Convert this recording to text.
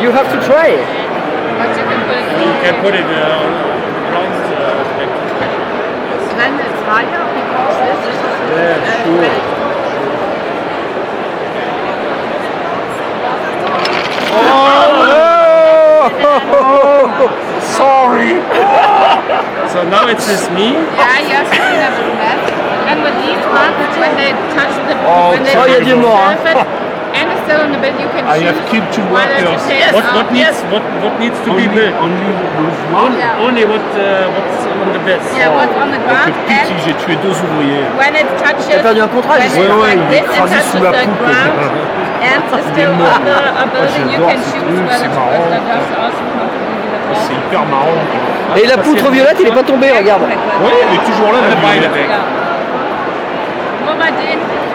you have to try it. But you can put it You can put it uh, around uh, then it's higher because this is Yeah, uh, sure. very- Oh! Sorry. like- So now it's just me. Yeah, yes, we never met. And with these ones, when they touch the Oh, when they tell you touch the more. surface, and it's still in the bit you can I choose have keep two whether to workers. take What, out- what needs what, what needs to Only, be built? only those On, ones. Yeah. Only what uh, what's on the best. Yeah, what's on the Avec ground pitié, and j'ai tué deux ouvriers. when it touches T'as perdu un contrat, when j'ai it's Ouais, ouais, like il est this, it écrasé touches sous la the poupe. ground and Il it's est still mort. on the a building you j'adore can ce choose truc, whether c'est to marrant. put the dogs also not to be the dogs. C'est hyper marrant. Et la poutre violette, il est pas tombé, regarde. Ah, Ouais, elle est toujours là, On la the violette. bike. Yeah. Mama did.